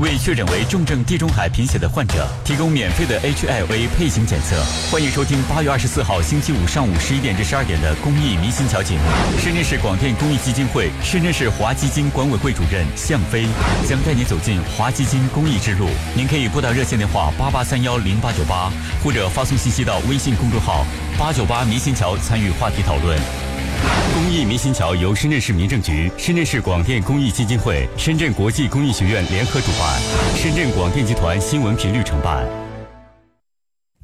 为确诊为重症地中海贫血的患者提供免费的 HIV 配型检测。欢迎收听八月二十四号星期五上午十一点至十二点的《公益迷心桥》节目。深圳市广电公益基金会、深圳市华基金管委会主任向飞将带你走进华基金公益之路。您可以拨打热线电话八八三幺零八九八，或者发送信息到微信公众号“八九八迷心桥”参与话题讨论。公益民心桥由深圳市民政局、深圳市广电公益基金会、深圳国际公益学院联合主办，深圳广电集团新闻频率承办。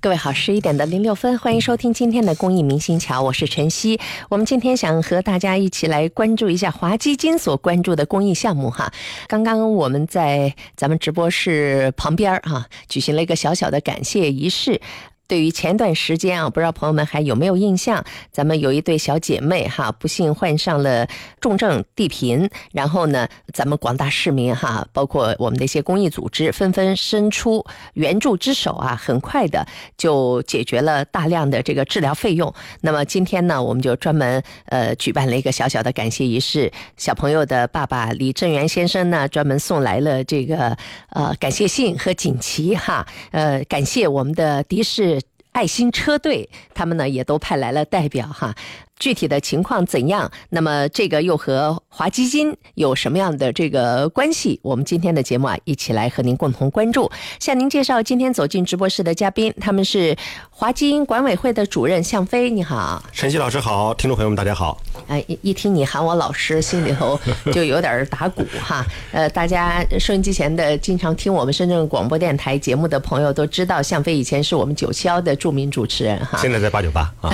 各位好，十一点的零六分，欢迎收听今天的公益明星桥，我是晨曦。我们今天想和大家一起来关注一下华基金所关注的公益项目哈。刚刚我们在咱们直播室旁边儿哈、举行了一个小小的感谢仪式。对于前段时间啊，不知道朋友们还有没有印象？咱们有一对小姐妹哈，不幸患上了重症地贫，然后呢，咱们广大市民哈，包括我们的一些公益组织，纷纷伸出援助之手啊，很快的就解决了大量的这个治疗费用。那么今天呢，我们就专门呃举办了一个小小的感谢仪式，小朋友的爸爸李振元先生呢，专门送来了这个呃感谢信和锦旗哈，呃感谢我们的的士。爱心车队，他们呢也都派来了代表哈。具体的情况怎样？那么这个又和华基金有什么样的这个关系？我们今天的节目啊，一起来和您共同关注。向您介绍今天走进直播室的嘉宾，他们是华基因管委会的主任向飞，你好。晨曦老师好，听众朋友们大家好。哎，一一听你喊我老师，心里头就有点儿打鼓哈。呃，大家收音机前的经常听我们深圳广播电台节目的朋友都知道，向飞以前是我们九霄的著名主持人哈。现在在八九八啊，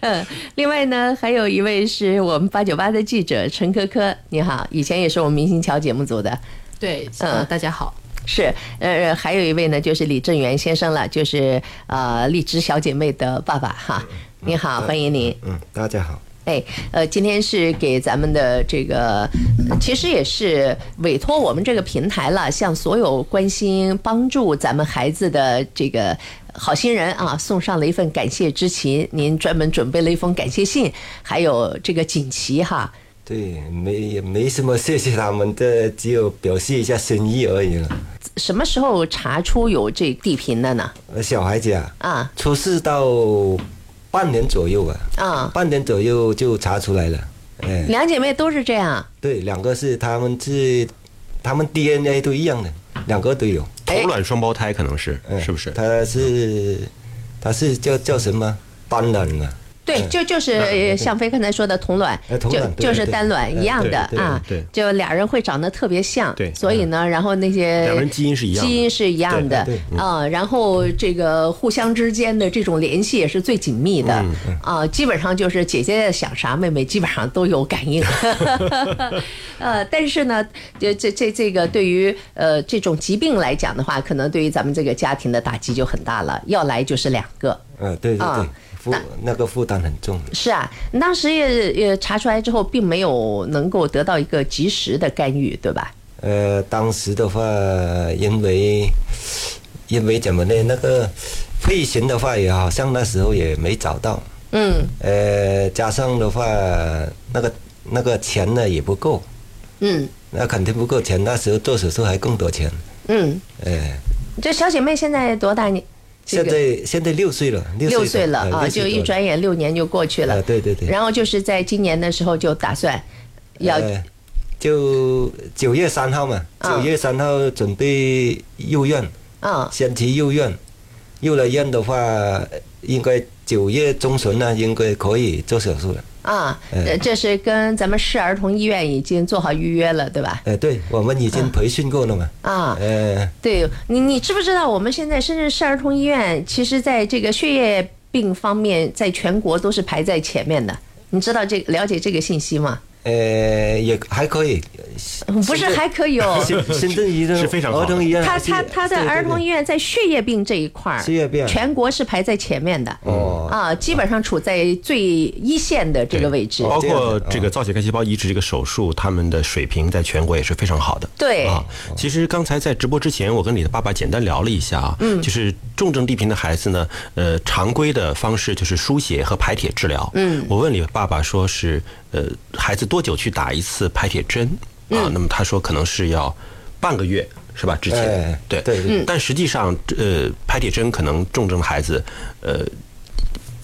嗯，另外呢，还有一位是我们八九八的记者陈科科，你好，以前也是我们明星桥节目组的，对，嗯呃，大家好，是，呃，还有一位呢，就是李振元先生了，就是呃荔枝小姐妹的爸爸哈，你好，欢迎您。嗯，大家好。哎，呃，今天是给咱们的这个，呃其实也是委托我们这个平台了，向所有关心帮助咱们孩子的这个好心人啊，送上了一份感谢之情。您专门准备了一封感谢信，还有这个锦旗哈。对，没也没什么谢谢他们的，只有表示一下心意而已了。什么时候查出有这地贫的呢？呃，小孩子啊，啊出事到半年左右吧，啊，嗯半年左右就查出来了。哎，两姐妹都是这样。对，两个是他们是，他们 DNA 都一样的，两个都有。哎同卵双胞胎可能是哎、是不是？他是他是叫叫什么单卵啊？对，嗯就就是呃向飞刚才说的同卵哎，同就卵对就是对单卵对一样的哎对对啊对，就俩人会长得特别像，对嗯所以呢，然后那些两个人基因是一样的基因是一样的对嗯啊，然后这个互相之间的这种联系也是最紧密的嗯啊，基本上就是姐姐在想啥，妹妹基本上都有感应。 呃，但是呢，这这这这个对于呃这种疾病来讲的话，可能对于咱们这个家庭的打击就很大了，要来就是两个。嗯、对对对啊，负那个负担很重。是啊，当时也也查出来之后，并没有能够得到一个及时的干预，对吧？呃，当时的话，因为因为怎么呢？那个配型的话，也好像那时候也没找到。嗯呃，加上的话，那个那个钱呢也不够，嗯那肯定不够钱。那时候做手术还更多钱。嗯，呃，这小姐妹现在多大呢？这现个在现在六岁了，六岁岁了呃啊，六岁就一多了转眼六年就过去了啊。对对对然后就是在今年的时候就打算要呃就九月三号嘛，啊九月三号准备入院。嗯先去入院，入了院的话，应该九月中旬呢，应该可以做手术了。啊，哎呃这是跟咱们市儿童医院已经做好预约了，对吧？呃，对，我们已经培训过了嘛。啊，呃，对你，你知不知道我们现在深圳市儿童医院其实在这个血液病方面，在全国都是排在前面的。你知道这了解这个信息吗？呃，也还可以。。不是还 可以哦深深圳医院是非常好儿的童医院，他他他在儿童医院院在血液病这一块儿，血液病全国是排在前面的，哦啊，基本上处在最一线的这个位置。包这样括子这个造血干细胞移植这个手术，他们的水平在全国也是非常好的。对啊，其实刚才在直播之前，我跟你的爸爸简单聊了一下啊，嗯，就是重症地贫的孩子呢，呃，常规的方式就是输血和排铁治疗。嗯，我问你爸爸说嗯是，呃，孩子多久去打一次排铁针啊？那么他说可能是要半个月。是吧？之前、哎对嗯对对但实际上，呃，拍铁针可能重症的孩子，呃，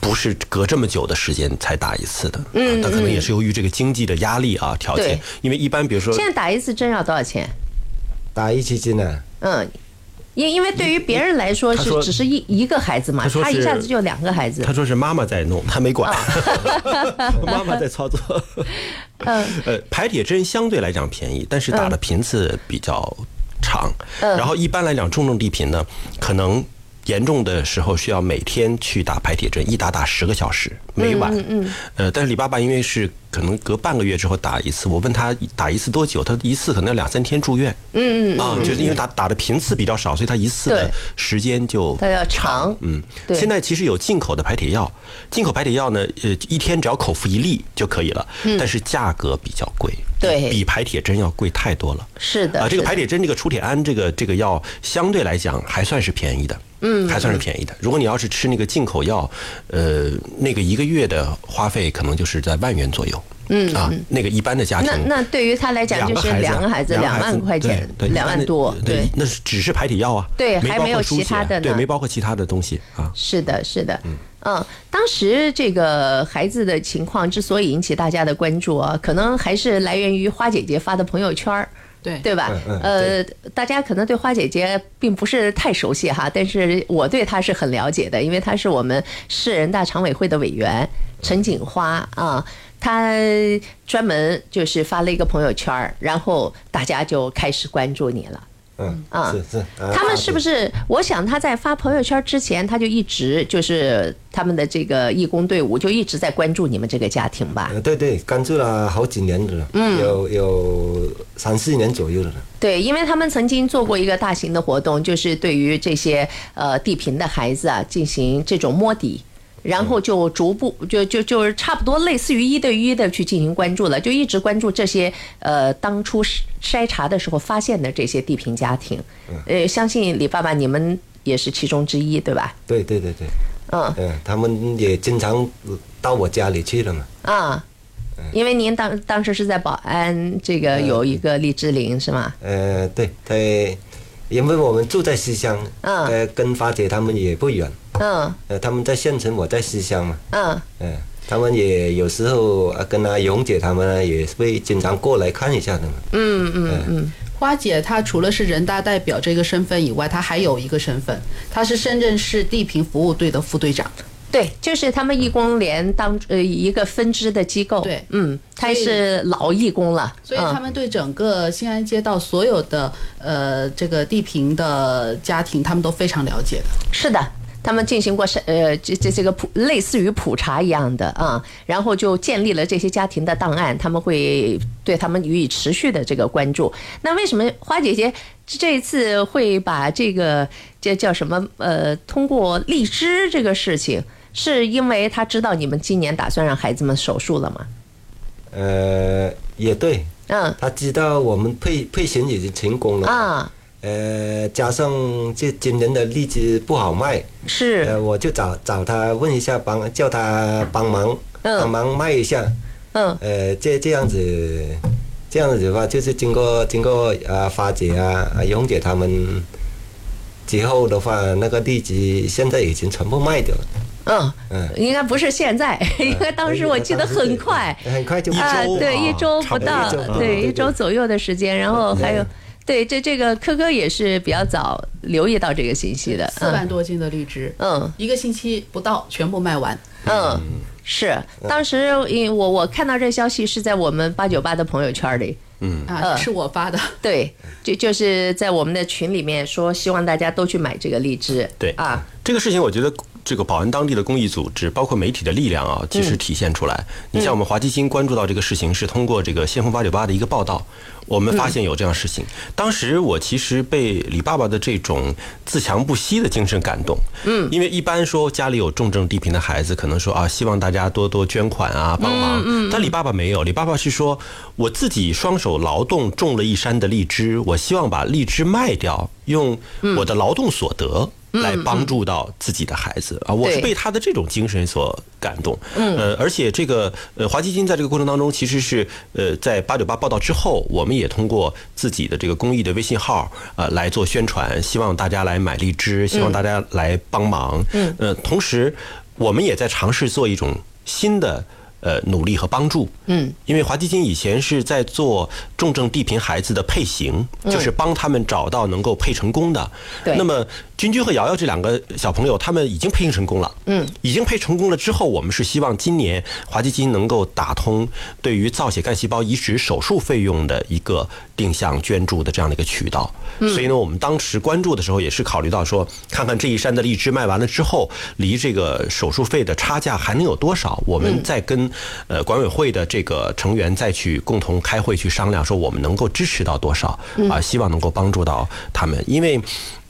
不是隔这么久的时间才打一次的，嗯，但可能也是由于这个经济的压力啊条件对，因为一般比如说现在打一次针要多少钱？打一七针啊，嗯，因因为对于别人来说他是说只是一一个孩子嘛，他说他一是下子就两个孩子他，说是妈妈在弄，他没管， 妈妈在操作。呃，排铁针相对来讲便宜，但是打的频次比较长。然后一般来讲，重症地频呢，可能严重的时候需要每天去打排铁针，一打打十个小时，每晚。嗯呃，但是李爸爸因为是可能隔半个月之后打一次，我问他打一次多久，他一次可能要两三天住院。嗯嗯。啊，就是因为打打的频次比较少，所以他一次的对时间就他要长，嗯，对现在其实有进口的排铁药，进口排铁药呢，呃，一天只要口服一粒就可以了，但是价格比较贵，嗯对比排铁针要贵太多了。是的啊，这个是的排铁针，这个楚铁胺，这个这个药相对来讲还算是便宜的，嗯，还算是便宜的。如果你要是吃那个进口药，呃，那个一个月的花费可能就是在万元左右，嗯啊，那个一般的家庭那那对于他来讲就是两个孩啊子两万块钱，对，对两万多，对对，，那是只是排体药啊，对没还包没有括输其血他的呢对，没包括其他的东西啊。是的，是的，嗯，当时这个孩子的情况之所以引起大家的关注啊，可能还是来源于花姐姐发的朋友圈儿。对对吧？嗯呃，大家可能对花姐姐并不是太熟悉哈，但是我对她是很了解的，因为她是我们市人大常委会的委员陈锦花啊，她专门就是发了一个朋友圈儿，然后大家就开始关注你了。嗯啊是是，啊他们是不是？我想他在发朋友圈之前，他就一直就是他们的这个义工队伍就一直在关注你们这个家庭吧？呃，对对，关注了好几年了，有有三四年左右了。对，因为他们曾经做过一个大型的活动，就是对于这些呃地贫的孩子啊进行这种摸底。然后就逐步就就就是差不多类似于一对一的去进行关注了，就一直关注这些呃当初筛筛查的时候发现的这些地贫家庭，呃，相信李爸爸你们也是其中之一，对吧？对对对对，嗯，嗯，他们也经常到我家里去了嘛。啊，因为您当当时是在保安这个有一个荔枝林是吗？呃，对，在因为我们住在西乡，嗯呃，跟发姐他们也不远，嗯呃，他们在县城，我在西乡嘛，嗯，嗯、他们也有时候啊，跟阿勇姐他们啊也会经常过来看一下的嘛。嗯嗯嗯，花姐她除了是人大代表这个身份以外，她还有一个身份，她是深圳市地贫服务队的副队长。对，就是他们义工联当呃一个分支的机构，对嗯，他所以是老义工了，嗯所以他们对整个新安街道所有的呃这个地贫的家庭，他们都非常了解的。嗯、是的。他们进行过筛呃这这这个普类似于普查一样的啊、然后就建立了这些家庭的档案，他们会对他们予以持续的这个关注。那为什么花姐姐这这一次会把这个这叫什么呃通过荔枝这个事情，是因为她知道你们今年打算让孩子们手术了吗？呃，也对，嗯他知道我们配配型已经成功了，啊呃，加上这今年的荔枝不好卖，是呃，我就找找他问一下，帮叫他帮忙，嗯帮忙卖一下。嗯呃，这这样子，这样子的话，就是经过经过啊发姐啊、啊勇姐他们之后的话，那个地基现在已经全部卖掉了。啊嗯嗯应该不是现在， 应该哎当时我记得很快，呃很快就啊，周对，吧一周不到差不多一周，嗯对，对一对周左右的时间。然后还有，对，这这个科科也是比较早留意到这个信息的，四万嗯多斤的绿植，嗯一个星期不到全部卖完。嗯，是。当时因我我看到这消息是在我们八九八的朋友圈里，嗯啊，是我发的。对，就就是在我们的群里面说，希望大家都去买这个荔枝，对啊，这个事情，我觉得这个保安当地的公益组织，包括媒体的力量啊，及时体现出来。你像我们华基金关注到这个事情，是通过这个先锋八九八的一个报道，我们发现有这样事情。当时我其实被李爸爸的这种自强不息的精神感动。嗯，因为一般说家里有重症地贫的孩子，可能说啊，希望大家多多捐款啊，帮忙。但李爸爸没有，李爸爸是说我自己双手劳动种了一山的荔枝，我希望把荔枝卖掉，用我的劳动所得。来帮助到自己的孩子啊。我是被他的这种精神所感动。嗯，呃，而且这个呃，华基金在这个过程当中，其实是呃，在八九八报道之后，我们也通过自己的这个公益的微信号呃来做宣传，希望大家来买荔枝，希望大家来帮忙。嗯，呃，同时我们也在尝试做一种新的。呃，努力和帮助，嗯，因为华基金以前是在做重症地贫孩子的配型，嗯、就是帮他们找到能够配成功的。对。那么君君和瑶瑶这两个小朋友，他们已经配成功了，嗯，已经配成功了之后，我们是希望今年华基金能够打通对于造血干细胞移植手术费用的一个定向捐助的这样的一个渠道。嗯。所以呢，我们当时关注的时候，也是考虑到说，看看这一山的荔枝卖完了之后，离这个手术费的差价还能有多少？我们再跟、嗯。呃，管委会的这个成员再去共同开会去商量，说我们能够支持到多少啊？希望能够帮助到他们，因为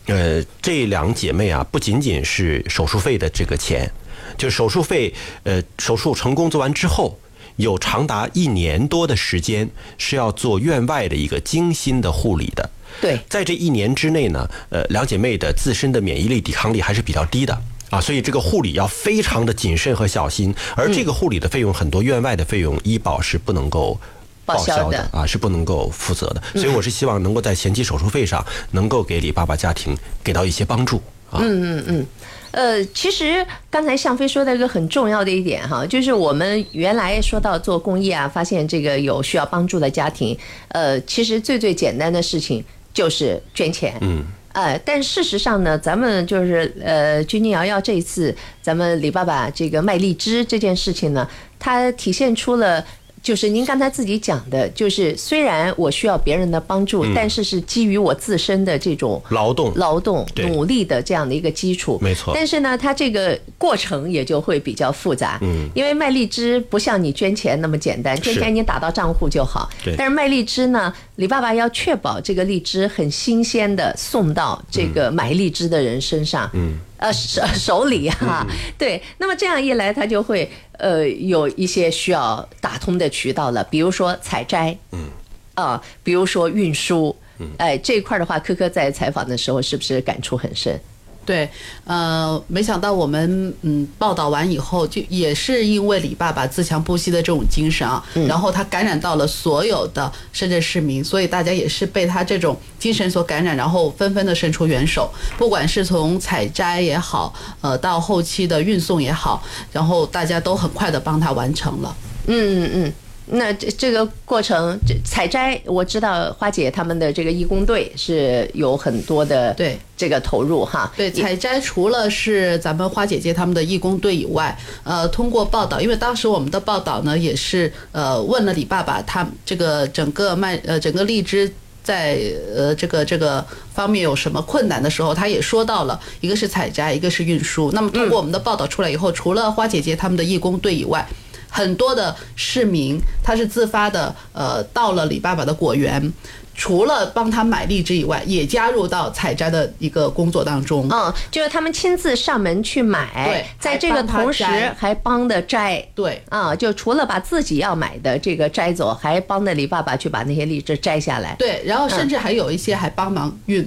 呃，这两姐妹啊，不仅仅是手术费的这个钱，就手术费，呃，手术成功做完之后，有长达一年多的时间是要做院外的一个精心的护理的。对，在这一年之内呢，呃，两姐妹的自身的免疫力、抵抗力还是比较低的。啊，所以这个护理要非常的谨慎和小心，而这个护理的费用，很多院外的费用，医保是不能够报销的啊，是不能够负责的。所以我是希望能够在前期手术费上，能够给李爸爸家庭给到一些帮助啊。嗯嗯嗯。呃，其实刚才向飞说到一个很重要的一点哈，就是我们原来说到做公益啊，发现这个有需要帮助的家庭，呃，其实最最简单的事情就是捐钱。嗯。呃，但事实上呢，咱们就是呃，君君瑶瑶这一次，咱们李爸爸这个卖荔枝这件事情呢，它体现出了就是您刚才自己讲的，就是虽然我需要别人的帮助，嗯、但是是基于我自身的这种劳动、劳动努力的这样的一个基础，没错。但是呢，它这个过程也就会比较复杂，嗯，因为卖荔枝不像你捐钱那么简单，捐钱你打到账户就好，对。但是卖荔枝呢？李爸爸要确保这个荔枝很新鲜的送到这个买荔枝的人身上，嗯，呃手 手里哈、啊，嗯、对。那么这样一来，他就会呃有一些需要打通的渠道了，比如说采摘，嗯，啊、呃，比如说运输，哎、呃，这一块的话，科科在采访的时候是不是感触很深？对，呃，没想到我们嗯报道完以后，就也是因为李爸爸自强不息的这种精神啊，嗯、然后他感染到了所有的深圳市民，所以大家也是被他这种精神所感染，然后纷纷的伸出援手，不管是从采摘也好，呃，到后期的运送也好，然后大家都很快的帮他完成了。嗯嗯嗯。那这这个过程，这采摘我知道花姐他们的这个义工队是有很多的对这个投入哈。对采摘，除了是咱们花姐姐他们的义工队以外，呃，通过报道，因为当时我们的报道呢也是呃问了李爸爸他这个整个卖呃整个荔枝。在呃这个这个方面有什么困难的时候，他也说到了，一个是采摘，一个是运输。那么通过我们的报道出来以后，嗯、除了花姐姐他们的义工队以外，很多的市民他是自发的，呃，到了李爸爸的果园。除了帮他买荔枝以外，也加入到采摘的一个工作当中。嗯，就是他们亲自上门去买，对，在这个同时还帮的摘，对，啊，就除了把自己要买的这个摘走，还帮着李爸爸去把那些荔枝摘下来。对，然后甚至还有一些还帮忙运。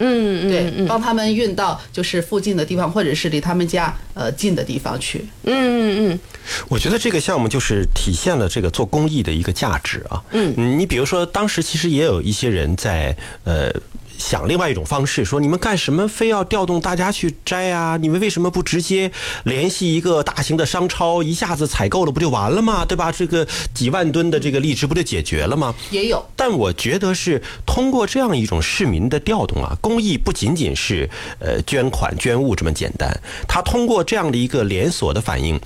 嗯嗯，对，帮他们运到就是附近的地方，或者是离他们家呃近的地方去。嗯嗯嗯，我觉得这个项目就是体现了这个做公益的一个价值啊。嗯，你比如说，当时其实也有一些人在呃。想另外一种方式，说你们干什么非要调动大家去摘啊？你们为什么不直接联系一个大型的商超，一下子采购了不就完了吗？对吧？这个几万吨的这个荔枝不就解决了吗？也有，但我觉得是通过这样一种市民的调动啊，公益不仅仅是呃捐款捐物这么简单，它通过这样的一个连锁的反应。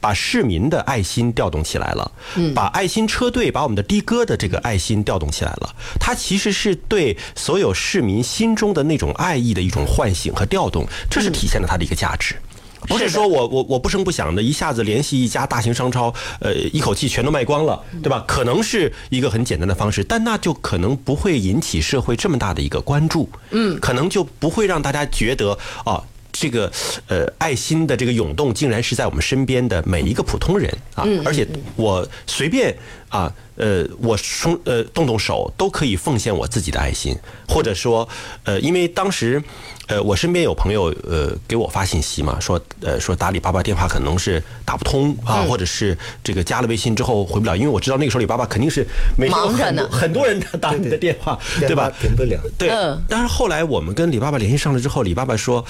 把市民的爱心调动起来了，把爱心车队，把我们的的哥的这个爱心调动起来了。它其实是对所有市民心中的那种爱意的一种唤醒和调动，这是体现了它的一个价值。不是说我我我不声不响的一下子联系一家大型商超，呃，一口气全都卖光了，对吧？可能是一个很简单的方式，但那就可能不会引起社会这么大的一个关注，嗯，可能就不会让大家觉得啊。这个呃爱心的这个涌动，竟然是在我们身边的每一个普通人啊！而且我随便啊，呃，我松呃动动手都可以奉献我自己的爱心，或者说呃，因为当时呃我身边有朋友呃给我发信息嘛，说呃说打里巴巴电话可能是打不通啊，或者是这个加了微信之后回不了，因为我知道那个时候里巴巴肯定是每天有忙着很呢多很多人打你的电话，对吧？停不了。对嗯，但是后来我们跟李爸爸联系上了之后，李爸爸说，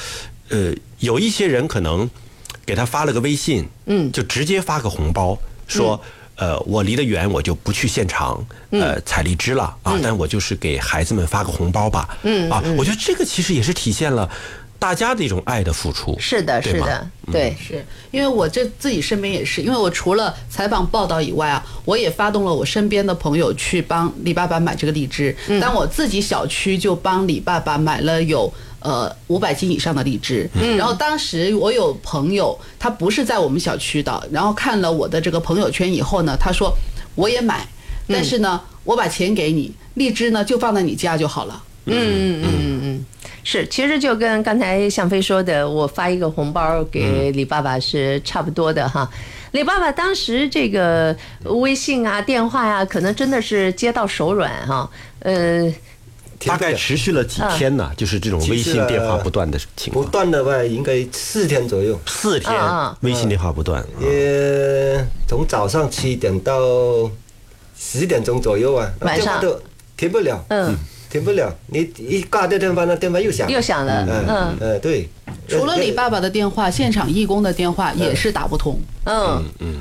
呃，有一些人可能给他发了个微信，嗯，就直接发个红包，说，呃，我离得远，我就不去现场，呃，采荔枝了啊，但我就是给孩子们发个红包吧，嗯，啊，我觉得这个其实也是体现了大家的一种爱的付出，是的，对是吗嗯的，对，是因为我这自己身边也是，因为我除了采访报道以外啊，我也发动了我身边的朋友去帮李爸爸买这个荔枝。但我自己小区就帮李爸爸买了有呃五百斤以上的荔枝。然后当时我有朋友，他不是在我们小区的，然后看了我的这个朋友圈以后呢，他说我也买，但是呢，我把钱给你，荔枝呢就放在你家就好了。嗯嗯嗯嗯，是，其实就跟刚才向飞说的，我发一个红包给李爸爸是差不多的哈。李爸爸当时这个微信啊、电话呀、可能真的是接到手软哈、呃，停大不了概持续了几天呢？就是这种微信电话不断的情不况，断的话，应该四天左右，四天嗯嗯微信电话不断，啊也从早上七点到十点钟左右啊，晚上电话都停不了，嗯，停不了。你一挂掉电话，那电话又响，又响了，嗯嗯呃，对。除了李爸爸的电话，现场义工的电话也是打不通。嗯嗯，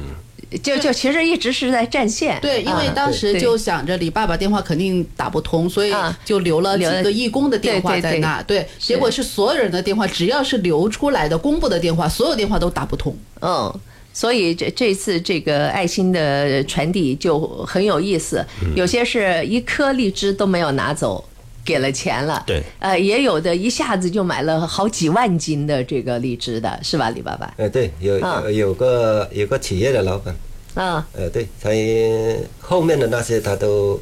就就其实一直是在占线，对，因为啊当时对就想着李爸爸电话肯定打不通，所以啊就留了几留了个义工的电话对对在那。对，是结果是所有人的电话，只要是留出来的公布的电话，所有电话都打 不通。嗯，所以这这次这个爱心的传递就很有意思，有些是一颗荔枝都没有拿走。给了钱了，对呃，也有的一下子就买了好几万斤的这个荔枝的，是吧，李爸爸？呃，对，有啊有有个有个企业的老板，嗯，呃，对，他后面的那些他都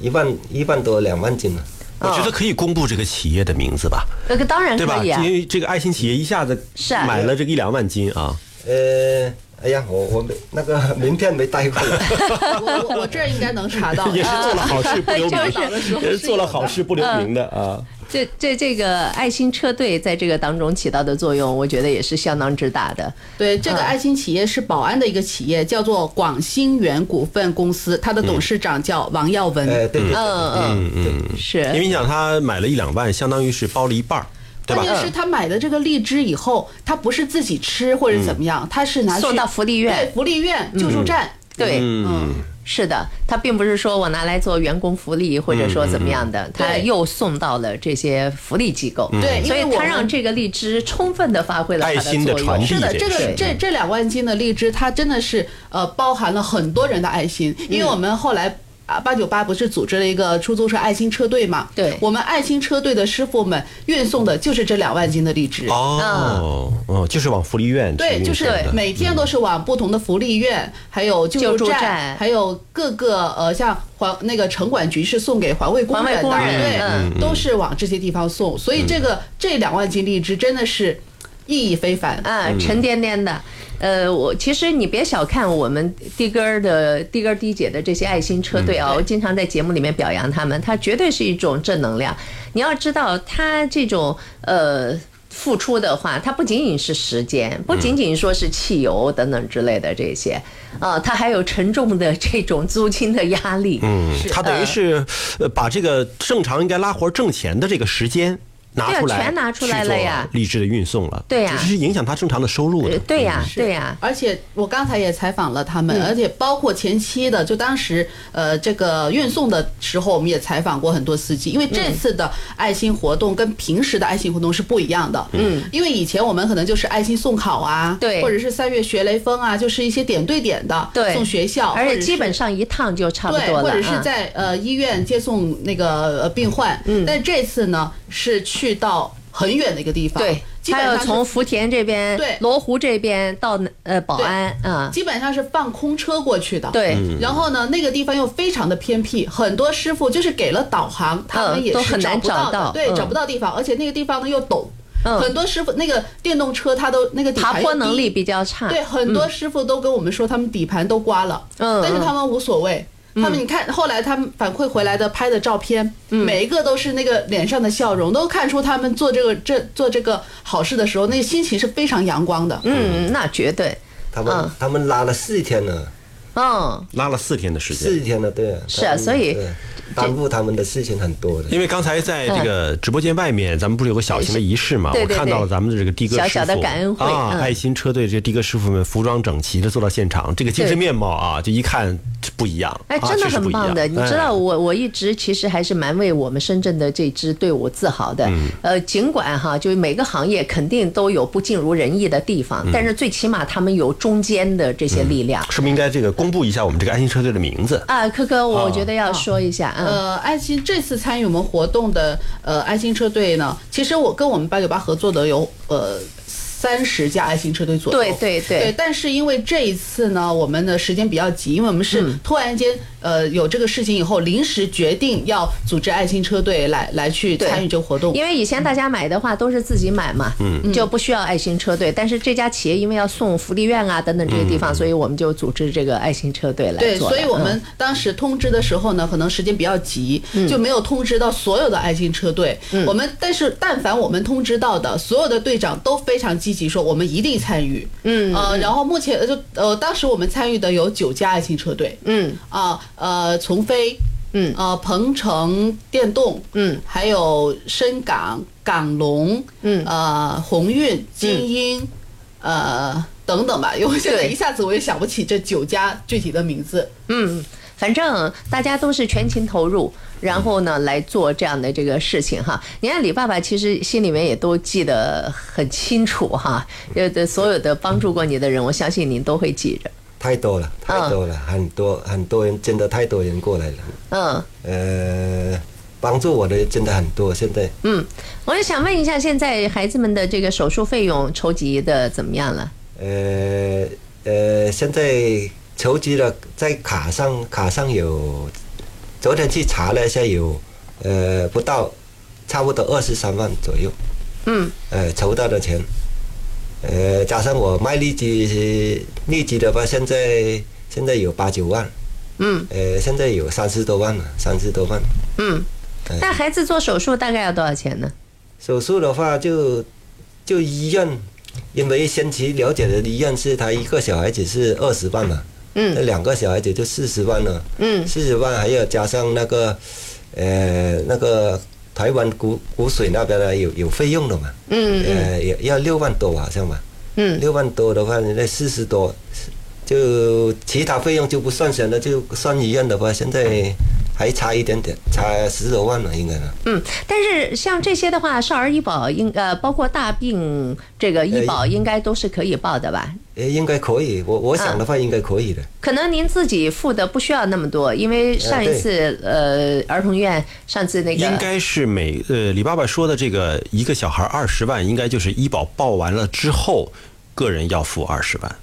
一万一万多两万斤了。啊我觉得可以公布这个企业的名字吧。那个当然对可吧？以啊因，为这个爱心企业一下子是啊买了这个一两万斤啊，。呃，哎呀，我我没那个名片没带过来。 我我我这儿应该能查到也是做了好事不留 就名，是嗯也是做了好事不留名的啊。这这这个爱心车队在这个当中起到的作用，我觉得也是相当之大的。对，这个嗯爱心企业是保安的一个企业，叫做广兴源股份公司，它嗯的董事长叫王耀文。哎呃，对对，嗯嗯嗯，因为是，你想，他买了一两万，相当于是包了一半儿，对吧关？键是他买的这个荔枝以后，他不是自己吃或者怎嗯么样，他是拿去送到福利院对福利院、救助站。对，嗯，是的，他并不是说我拿来做员工福利或者说怎么样的，他对又送到了这些福利机构，对因为所以我他们让这个荔枝充分的发挥了它爱心的作传用。递是的，这这个个事这这两万斤的荔枝，它真的是呃包含了很多人的爱心，因嗯为我们后来。啊，八九八不是组织了一个出租车爱心车队嘛？对我们爱心车队的师傅们运送的就是这两万斤的荔枝。哦，嗯哦，就是往福利院去对，运送就是的。每天都是往不同的福利院、还有救救助助站、站还有各个呃，像环那个城管局是送给环卫工环卫人的，工人对、嗯都是往这些地方送。所以这个、这两万斤荔枝真的是意义非凡。啊，沉甸甸的。呃，我其实你别小看我们的哥儿的的哥儿的姐的这些爱心车队啊、我经常在节目里面表扬他们，他绝对是一种正能量。你要知道，他这种呃。付出的话，它不仅仅是时间，不仅仅说是汽油等等之类的这些，啊、它还有沉重的这种租金的压力。嗯，他等于是呃把这个正常应该拉活挣钱的这个时间拿对啊出来，全拿出来了呀励志的运送了，对呀这是影响他正常的收入的。对呀、对呀、而且我刚才也采访了他们，嗯而且包括前期的，就当时呃这个运送的时候，我们也采访过很多司机，因为这次的爱心活动跟平时的爱心活动是不一样的。嗯，因为以前我们可能就是爱心送考啊，对或者是三月学雷锋啊，就是一些点对点的，对，送学校，而或且者是基本上一趟就差不对，多了。或者是啊在呃医院接送那个呃病患。嗯，但这次呢是去到很远的一个地方，对，基本他上要是从福田这边、对罗湖这边到呃保安啊，基本上是放空车过去的。对，然后呢，那个地方又非常的偏僻，很多师傅就是给了导航，他们也嗯都是很找难不找到的，到对，嗯找不到地方，而且那个地方呢又陡。嗯、很多师傅那个电动车它都那个底爬盘坡能力比较差，对，很多师傅都跟我们说他们底盘都刮了，嗯但是他们无所谓。他们，你看，后来他们反馈回来的拍的照片，嗯每一个都是那个脸上的笑容，都看出他们做这个这做这个好事的时候，那个心情是非常阳光的。嗯，那绝对，他们、嗯他们拉了四天了，嗯，拉了四天的时间四。天了，对啊，是啊他们所以对耽误他们的事情很多的。因为刚才在这个直播间外面，咱们不是有个小型的仪式嘛？对对对我看到了咱们的这个的哥师傅小小的感恩会啊，嗯爱心车队这的哥师傅们服装整齐的坐到现场，这个精神面貌啊，就一看不一样，哎，啊真的确实很不一样棒的。你知哎道我，我一直其实还是蛮为我们深圳的这支队伍自豪的。嗯呃，尽管哈，就是每个行业肯定都有不尽如人意的地嗯方，但是最起码他们有中间的这些力量。是不是应该这个公布一下我们这个爱心车队的名字？啊，科科，我觉得要说一下，嗯，呃，爱心这次参与我们活动的呃爱心车队呢，其实我跟我们八九八合作的有呃三十家爱心车队左右。对对对对，但是因为这一次呢，我们的时间比较急，因为我们嗯是突然间、呃有这个事情以后，临时决定要组织爱心车队来来去对参与这个活动。因为以前大家买的话都是自己买嘛，嗯，就不需要爱心车队。但是这家企业因为要送福利院啊等等这些地嗯方，所以我们就组织这个爱心车队来对，做了所以我嗯们当时通知的时候呢，可能时间比较急，就没有通知到所有的爱心车队。嗯我们但是但凡我们通知到的，所有的队长都非常积极，说我们一定参与。嗯，呃，然后目前呃就呃当时我们参与的有九家爱心车队。嗯啊呃，从飞。嗯呃，鹏程电动，嗯，还有深港、港龙，嗯呃，鸿运、精英，呃，等等吧，因为我现在对一下子我也想不起这九家具体的名字。嗯，反正大家都是全情投入，然后呢来做这样的这个事情哈。你看李爸爸其实心里面也都记得很清楚哈，呃，对所有的帮助过你的人，我相信您都会记着。太多了，太多了，很多很多人，真的太多人过来了。嗯呃，帮助我的真的很多，现在嗯，我就想问一下，现在孩子们的这个手术费用筹集的怎么样了？呃呃，现在筹集了，在卡上卡上有，昨天去查了一下有，呃，不到，差不多二十三万左右，嗯呃，筹到的钱，呃，加上我卖荔枝荔枝的话，现在现在有八九万，嗯呃，现在有三十多万了，三十多万。嗯哎。那孩子做手术大概要多少钱呢？手术的话就就医院，因为先期了解的医院是他一个小孩子是二十万嘛，那嗯两个小孩子就四十万了，嗯四十万还要加上那个呃那个台湾骨骨髓那边的有有费用的嘛，嗯嗯呃也要六万多好像吧，嗯，六万多的话你那四十多，就其他费用就不算钱了，就算医院的话现在还差一点点，差十多万了应该呢。嗯，但是像这些的话，少儿医保应呃，包括大病这个医哎保应该都是可以报的吧？诶，应该可以，我我想的话应该可以的。可能您自己付的不需要那么多，因为上一次呃儿童院上次那个哎应该是每呃，李爸爸说的这个一个小孩二十万，应该就是医保报完了之后，个人要付二十万，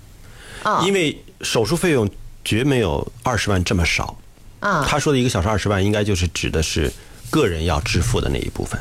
啊因为手术费用绝没有二十万这么少。啊他说的一个小时二十万，应该就是指的是个人要支付的那一部分。